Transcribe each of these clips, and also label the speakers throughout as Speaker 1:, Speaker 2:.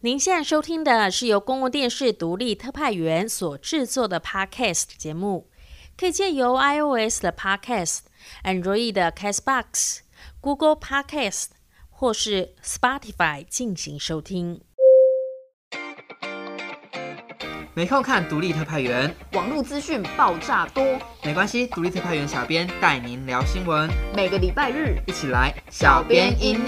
Speaker 1: 您现在收听的是由公共电视独立特派员所制作的 Podcast 节目，可以借由 iOS 的 Podcast、Android 的 Castbox、Google Podcast 或是 Spotify 进行收听。
Speaker 2: 没空看独立特派员，
Speaker 3: 网络资讯爆炸多，
Speaker 2: 没关系，独立特派员小编带您聊新闻，
Speaker 3: 每个礼拜日
Speaker 2: 一起来。
Speaker 3: in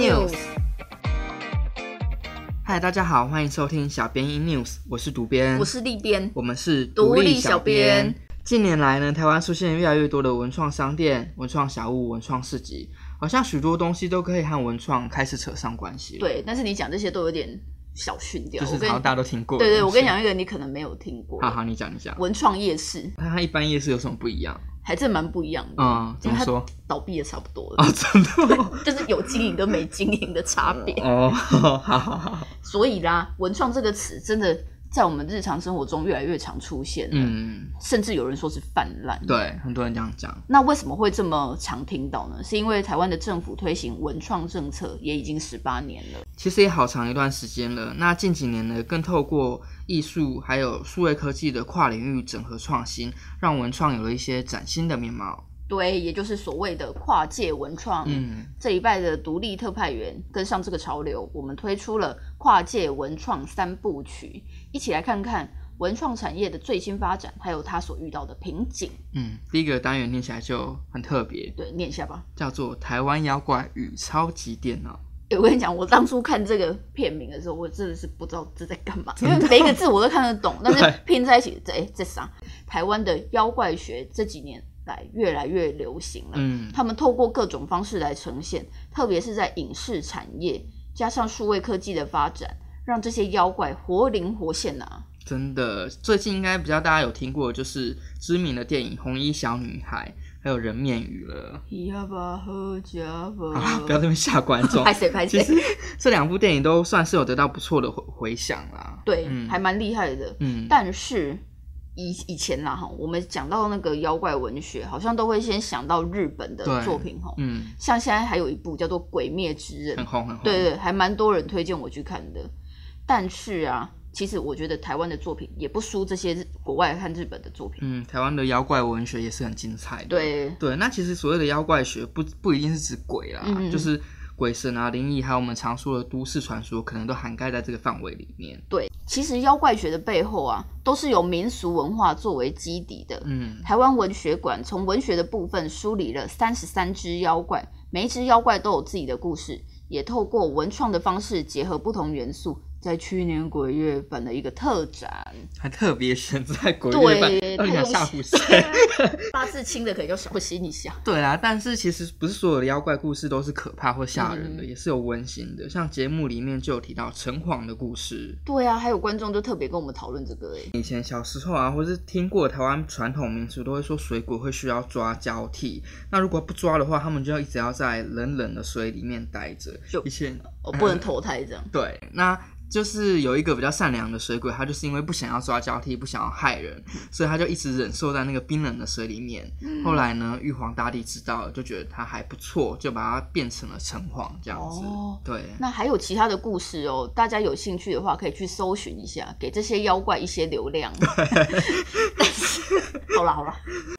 Speaker 2: 嗨，大家好，欢迎收听小编 in news，我是独编，
Speaker 3: 我是立编，
Speaker 2: 我们是
Speaker 3: 独立小编。
Speaker 2: 近年来呢，台湾出现越来越多的文创商店、文创小物、文创市集，好像许多东西都可以和文创开始扯上关系。，
Speaker 3: 对，但是你讲这些都有点小训掉，
Speaker 2: 就是
Speaker 3: 我
Speaker 2: 好
Speaker 3: 跟
Speaker 2: 像
Speaker 3: 你
Speaker 2: 大家都听过。
Speaker 3: 对对，我跟你，讲一个你可能没有听过，
Speaker 2: 好好，你讲你讲，
Speaker 3: 文创夜市
Speaker 2: 它和一般夜市有什么不一样？
Speaker 3: 还真蛮不一样的，
Speaker 2: 嗯，怎么说？
Speaker 3: 倒闭也差不多了，
Speaker 2: 啊，真的哦
Speaker 3: 就是有经营跟没经营的差别。
Speaker 2: 哦， 好好好，
Speaker 3: 所以啦，文创这个词真的在我们日常生活中越来越常出现，嗯，
Speaker 2: 嗯，
Speaker 3: 甚至有人说是泛滥，
Speaker 2: 对，很多人这样讲。
Speaker 3: 那为什么会这么常听到呢？是因为台湾的政府推行文创政策也已经十八年了，
Speaker 2: 其实也好长一段时间了。那近几年呢，更透过艺术还有数位科技的跨领域整合创新，让文创有了一些崭新的面貌。
Speaker 3: 对，也就是所谓的跨界文创。
Speaker 2: 嗯，
Speaker 3: 这一拜的独立特派员跟上这个潮流，我们推出了跨界文创三部曲，一起来看看文创产业的最新发展，还有它所遇到的瓶颈。
Speaker 2: 嗯，第一个单元听起来就很特别，
Speaker 3: 对，念一下吧。
Speaker 2: 叫做《台湾妖怪与超级电脑
Speaker 3: 诶我跟你讲，我当初看这个片名的时候，我真的是不知道这在干嘛，因为每一个字我都看得懂，但是
Speaker 2: 对
Speaker 3: 拼在一起，这哎这啥？台湾的妖怪学这几年来越来越流行了，》。
Speaker 2: 嗯，
Speaker 3: 他们透过各种方式来呈现，特别是在影视产业加上数位科技的发展，让这些妖怪活灵活现啊！
Speaker 2: 真的，最近应该比较大家有听过，就是知名的电影《红衣小女孩》还有《人面鱼》了。
Speaker 3: 呀吧和家
Speaker 2: 啊，不要这边吓观众
Speaker 3: 拍。谁拍
Speaker 2: 其
Speaker 3: 谁，
Speaker 2: 实这两部电影都算是有得到不错的回回响啦。
Speaker 3: 对，
Speaker 2: 嗯
Speaker 3: 还蛮厉害的。
Speaker 2: 嗯，
Speaker 3: 但是以以前啦哈，我们讲到那个妖怪文学，好像都会先想到日本的
Speaker 2: 对
Speaker 3: 作品哈，
Speaker 2: 嗯，
Speaker 3: 像现在还有一部叫做《鬼灭之刃》
Speaker 2: 很，红很红。
Speaker 3: 对对，还蛮多人推荐我去看的。但是啊，其实我觉得台湾的作品也不输这些日国外和日本的作品。
Speaker 2: 嗯，台湾的妖怪文学也是很精彩的。
Speaker 3: 对
Speaker 2: 对，那其实所谓的妖怪学不不一定是指鬼啦，
Speaker 3: 嗯嗯嗯
Speaker 2: 就是鬼神啊、灵异，还有我们常说的都市传说，可能都涵盖在这个范围里面。
Speaker 3: 对，其实妖怪学的背后啊，都是有民俗文化作为基底的。
Speaker 2: 嗯，
Speaker 3: 台湾文学馆从文学的部分梳理了三十三只妖怪，每一只妖怪都有自己的故事，也透过文创的方式结合不同元素，在去年鬼月办了一个特展。
Speaker 2: 还特别选在鬼月半，
Speaker 3: 对，
Speaker 2: 到底想
Speaker 3: 他用
Speaker 2: 吓唬谁？
Speaker 3: 八字轻的可能就会吸你下。
Speaker 2: 对啊，但是其实不是所有的妖怪故事都是可怕或吓人的，
Speaker 3: 嗯
Speaker 2: 也是有温馨的。像节目里面就有提到城隍的故事，
Speaker 3: 对啊，还有观众就特别跟我们讨论这个哎、
Speaker 2: 以前小时候啊，或是听过台湾传统民俗，都会说水果会需要抓交替。那如果不抓的话，他们就要一直要在冷冷的水里面待着。
Speaker 3: 就
Speaker 2: 以前
Speaker 3: 我哦不能投胎这 样。
Speaker 2: 对，那就是有一个比较善良的水鬼，他就是因为不想要抓交替，不想要害人，所以他就一直忍受在那个冰冷的水里面。
Speaker 3: 嗯
Speaker 2: 后来呢，玉皇大帝知道了，就觉得他还不错，就把他变成了城隍这样子。
Speaker 3: 哦
Speaker 2: 对，
Speaker 3: 那还有其他的故事哦，大家有兴趣的话可以去搜寻一下，给这些妖怪一些流 量。但是，好 啦好啦，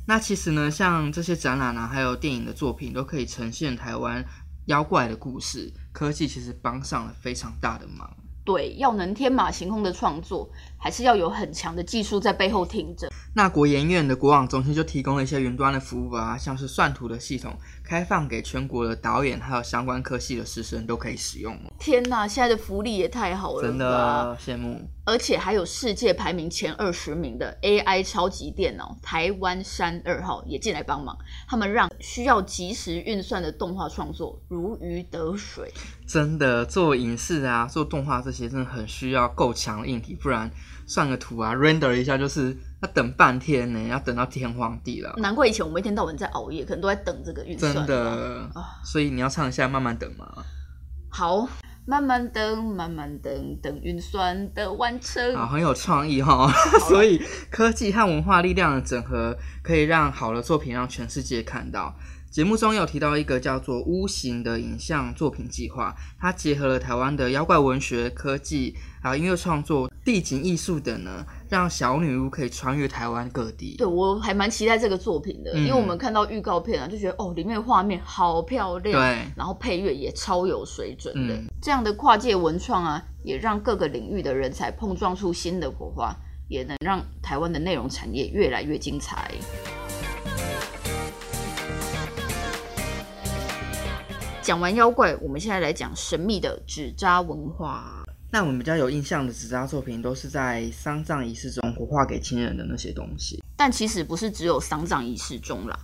Speaker 2: 那其实呢，像这些展览啊，还有电影的作品，都可以呈现台湾妖怪的故事。科技其实帮上了非常大的忙。
Speaker 3: 对，要能天马行空的创作，还是要有很强的技术在背后挺着。
Speaker 2: 那国研院的国网中心就提供了一些云端的服务啊，像是算图的系统，开放给全国的导演还有相关科系的师生都可以使用哦，
Speaker 3: 天呐，现在的福利也太好了，
Speaker 2: 真的羡慕。
Speaker 3: 而且还有世界排名前二十名的 AI 超级电脑台湾山二号也进来帮忙，他们让需要即时运算的动画创作如鱼得水。
Speaker 2: 真的做影视啊，做动画这些真的很需要够强的硬体，不然算个图啊，render 一下就是要等半天呢，要等到天荒地老。
Speaker 3: 难怪以前我们一天到晚在熬夜，可能都在等这个运算。
Speaker 2: 真的
Speaker 3: 啊，
Speaker 2: 所以你要唱一下《慢慢等》嘛。
Speaker 3: 好，慢慢等，慢慢等，等运算的完成。
Speaker 2: 啊，很有创意哈、所以科技和文化力量的整合，可以让好的作品让全世界看到。节目中有提到一个叫做“屋形”的影像作品计划，它结合了台湾的妖怪文学、科技啊、音乐创作、地景艺术等呢，让小女巫可以穿越台湾各地
Speaker 3: 对，。我还蛮期待这个作品的，因为我
Speaker 2: 嗯
Speaker 3: 们看到预告片啊，就觉得哦，里面的画面好漂亮，
Speaker 2: 对
Speaker 3: 然后配乐也超有水准的。
Speaker 2: 嗯
Speaker 3: 这样的跨界文创啊，也让各个领域的人才碰撞出新的火花，也能让台湾的内容产业越来越精彩。讲完妖怪，我们现在来讲神秘的纸扎文化。
Speaker 2: 那我们比较有印象的纸扎作品，都是在丧葬仪式中火化给亲人的那些东西。
Speaker 3: 但其实不是只有丧葬仪式中啦，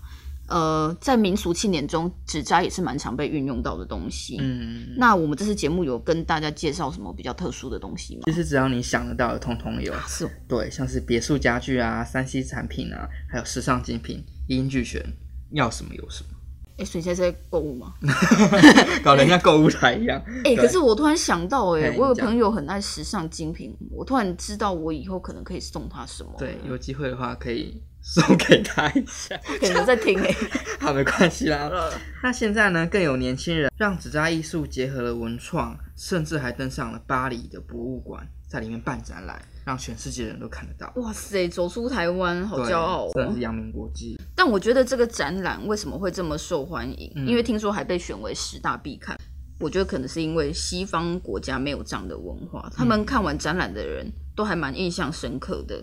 Speaker 3: 呃，在民俗庆典中，纸扎也是蛮常被运用到的东西。
Speaker 2: 嗯，
Speaker 3: 那我们这次节目有跟大家介绍什么比较特殊的东西吗
Speaker 2: 其？实只要你想得到的，通通有。
Speaker 3: 是哦
Speaker 2: 对，像是别墅家具啊、三 C 产品啊，还有时尚精品，一应俱全，要什么有 什么，
Speaker 3: 哎、所以现在在购物吗？
Speaker 2: 搞得像购物台一样。
Speaker 3: 哎、
Speaker 2: 嗯对
Speaker 3: 可是我突然想到、诶
Speaker 2: 嘿
Speaker 3: 我有
Speaker 2: 你讲
Speaker 3: 朋友很爱时尚精品，我突然知道我以后可能可以送他什么。
Speaker 2: 对，有机会的话可以送给他一下。
Speaker 3: 他可能在听哎、
Speaker 2: 好，没关系啦。那现在呢，更有年轻人让纸扎艺术结合了文创，甚至还登上了巴黎的博物馆，在里面办展览，让全世界人都看得到。
Speaker 3: 哇塞，走出台湾，哦好
Speaker 2: 对
Speaker 3: 骄傲
Speaker 2: 真的
Speaker 3: 哦
Speaker 2: 是！扬名国际。
Speaker 3: 但我觉得这个展览为什么会这么受欢迎？
Speaker 2: 嗯
Speaker 3: 因为听说还被选为十大必看。我觉得可能是因为西方国家没有这样的文化，他
Speaker 2: 嗯
Speaker 3: 们看完展览的人都还蛮印象深刻的。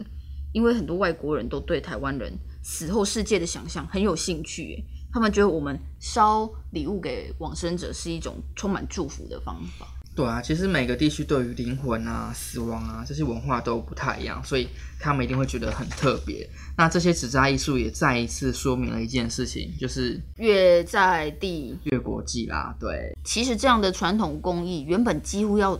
Speaker 3: 因为很多外国人都对台湾人死后世界的想象很有兴趣耶，他们觉得我们烧礼物给往生者是一种充满祝福的方法。
Speaker 2: 对啊，其实每个地区对于灵魂啊、死亡啊这些文化都不太一样，所以他们一定会觉得很特别。那这些纸扎艺术也再一次说明了一件事情，就是
Speaker 3: 越在地
Speaker 2: 越国际啦，对，
Speaker 3: 其实这样的传统工艺原本几乎要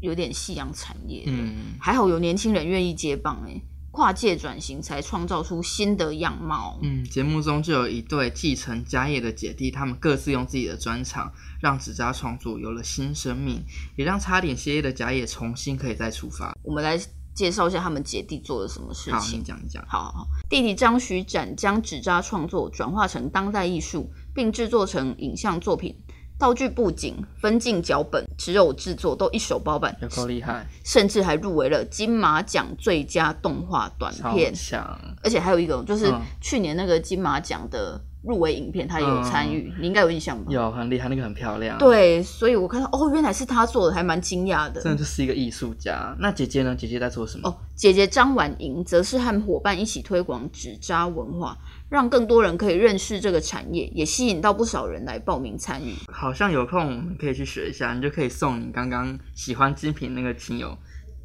Speaker 3: 有点夕阳产业，
Speaker 2: 嗯，
Speaker 3: 还好有年轻人愿意接棒哎、跨界转型才创造出新的样貌。
Speaker 2: 嗯，节目中就有一对继承家业的姐弟，他们各自用自己的专长，让纸扎创作有了新生命，也让差点歇业的家业重新可以再出发。
Speaker 3: 我们来介绍一下他们姐弟做了什么事
Speaker 2: 好，你
Speaker 3: 情。
Speaker 2: 讲一讲。
Speaker 3: 好好好，弟弟张徐展将纸扎创作转化成当代艺术，并制作成影像作品。道具布景、分镜、脚本、植偶制作都一手包办，
Speaker 2: 有够厉害，
Speaker 3: 甚至还入围了金马奖最佳动画短
Speaker 2: 超
Speaker 3: 片。
Speaker 2: 强！
Speaker 3: 而且还有一个就是
Speaker 2: 嗯
Speaker 3: 去年那个金马奖的入围影片，他也有参与，
Speaker 2: 嗯
Speaker 3: 你应该有印象吧？。
Speaker 2: 有很厉害，那个很漂亮。，
Speaker 3: 对，所以我看到哦，原来是他做的，还蛮惊讶
Speaker 2: 真
Speaker 3: 的。
Speaker 2: 的就是一个艺术家。那姐姐呢？姐姐在做什么？
Speaker 3: 哦，姐姐张婉莹则是和伙伴一起推广纸扎文化，让更多人可以认识这个产业，也吸引到不少人来报名参与。
Speaker 2: 好像有空我们可以去学一下，你就可以送你刚刚喜欢精品那个亲友，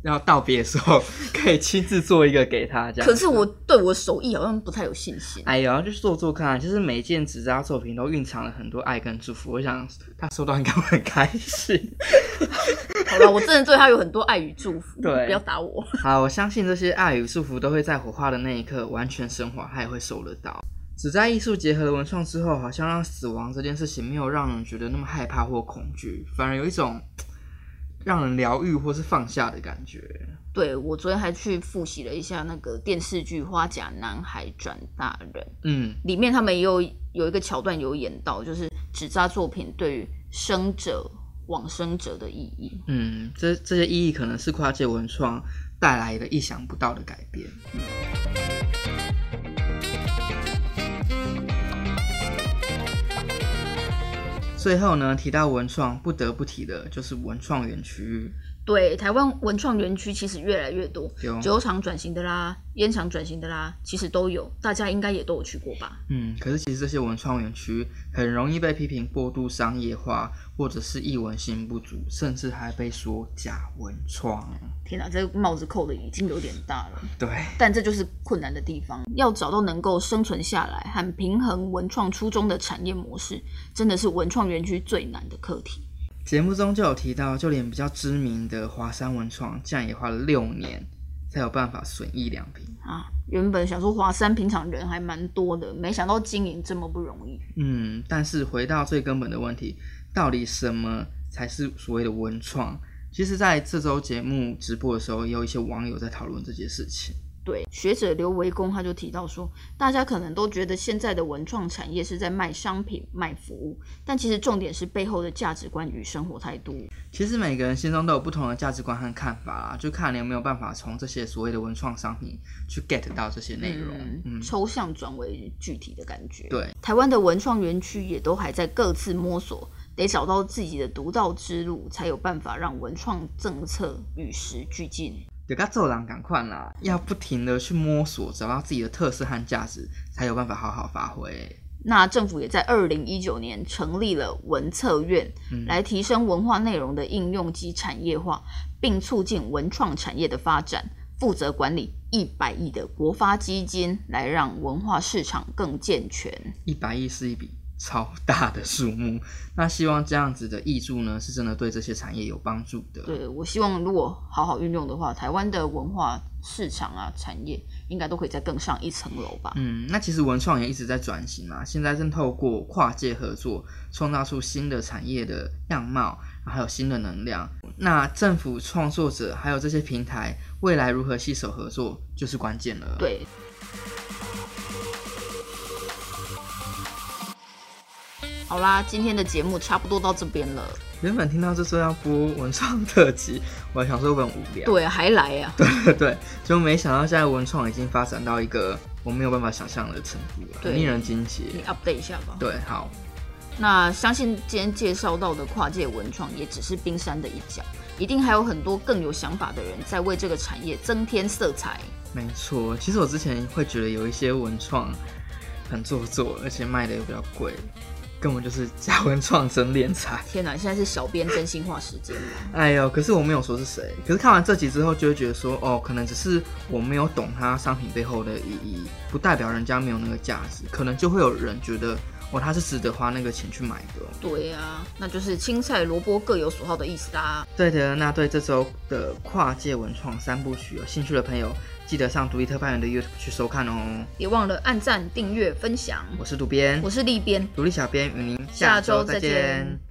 Speaker 2: 然后道别的时候可以亲自做一个给他这样。
Speaker 3: 可是我对我手艺好像不太有信心。
Speaker 2: 哎呀，就做做看啊！就是每件纸扎作品都蕴藏了很多爱跟祝福，我想哎他收到应该会很开心。
Speaker 3: 好了，我真的对他有很多爱与祝福。
Speaker 2: 对
Speaker 3: 不要打我。
Speaker 2: 好，我相信这些爱与祝福都会在火化的那一刻完全升华，他也会收得到。纸扎艺术结合了文创之后，好像让死亡这件事情没有让人觉得那么害怕或恐惧，反而有一种嘖让人疗愈或是放下的感觉。
Speaker 3: 对我昨天还去复习了一下那个电视剧《花甲男孩转大人》。
Speaker 2: 嗯，
Speaker 3: 里面他们也有有一个桥段有演到，就是纸扎作品对于生者、往生者的意义。
Speaker 2: 嗯，这这些意义可能是跨界文创带来的意想不到的改变。嗯最后呢，提到文创，不得不提的就是文创园区域。
Speaker 3: 对，台湾文创园区其实越来越多，
Speaker 2: 有
Speaker 3: 酒厂转型的啦，烟厂转型的啦，其实都有，大家应该也都有去过吧？
Speaker 2: 嗯，可是其实这些文创园区很容易被批评过度商业化，或者是艺文性不足，甚至还被说假文创。
Speaker 3: 天哪，这个帽子扣的已经有点大了，
Speaker 2: 对，
Speaker 3: 但这就是困难的地方，要找到能够生存下来和平衡文创初衷的产业模式，真的是文创园区最难的课题。
Speaker 2: 节目中就有提到，就连比较知名的华山文创，竟然也花了六年才有办法损益两平。
Speaker 3: 啊，原本想说华山平常人还蛮多的，没想到经营这么不容易。
Speaker 2: 嗯，但是回到最根本的问题，到底什么才是所谓的文创？其实，在这周节目直播的时候，也有一些网友在讨论这件事情。
Speaker 3: 对，学者刘维公他就提到说，大家可能都觉得现在的文创产业是在卖商品、卖服务，但其实重点是背后的价值观与生活态度。
Speaker 2: 其实每个人心中都有不同的价值观和看法啦，就看你有没有办法从这些所谓的文创商品去 get 到这些内容。嗯，
Speaker 3: 抽象转为具体的感觉。
Speaker 2: 对，
Speaker 3: 台湾的文创园区也都还在各自摸索，得找到自己的独到之路，才有办法让文创政策与时俱进。
Speaker 2: 得跟做人赶快啦，要不停的去摸索，找到自己的特色和价值，才有办法好好发挥。
Speaker 3: 那政府也在二零一九年成立了文策院，来提升文化内容的应用及产业化，并促进文创产业的发展，负责管理一百亿的国发基金，来让文化市场更健全。
Speaker 2: 一百亿是一笔超大的数目，那希望这样子的益助呢，是真的对这些产业有帮助的。
Speaker 3: 对我希望，如果好好运用的话，台湾的文化市场啊产业应该都可以再更上一层楼吧。
Speaker 2: 嗯，那其实文创也一直在转型嘛，现在正透过跨界合作，创造出新的产业的样貌，还有新的能量。那政府、创作者还有这些平台，未来如何携手合作，就是关键了。，
Speaker 3: 对，好啦，今天的节目差不多到这边了。
Speaker 2: 原本听到这说要播文创特辑， 我还想说会不会很无聊，
Speaker 3: 对，还来啊呀、
Speaker 2: 对 对，就没想到现在文创已经发展到一个我没有办法想象的程度了，
Speaker 3: 对
Speaker 2: 很令人惊奇
Speaker 3: 你。update 一下吧。
Speaker 2: 对，好，
Speaker 3: 那相信今天介绍到的跨界文创也只是冰山的一角，一定还有很多更有想法的人在为这个产业增添色彩。
Speaker 2: 没错。其实我之前会觉得有一些文创很做作，而且卖的又比较贵，根本就是假文创真敛财。
Speaker 3: 天哪，现在是小编真心话时间了。
Speaker 2: 哎呦，可是我没有说是谁。可是看完这集之后，就会觉得说，哦，可能只是我没有懂它商品背后的意义，不代表人家没有那个价值。可能就会有人觉得，哦，它是值得花那个钱去买的、哦。
Speaker 3: 对啊，那就是青菜萝卜各有所好的意思啦。
Speaker 2: 对的，那对这周的跨界文创三部曲有兴趣的朋友，记得上独立特派员的 YouTube 去收看哦。
Speaker 3: 别忘了按赞、订阅、分享。
Speaker 2: 我是渡边
Speaker 3: 我，是立边，
Speaker 2: 独立小编与您
Speaker 3: 下周再见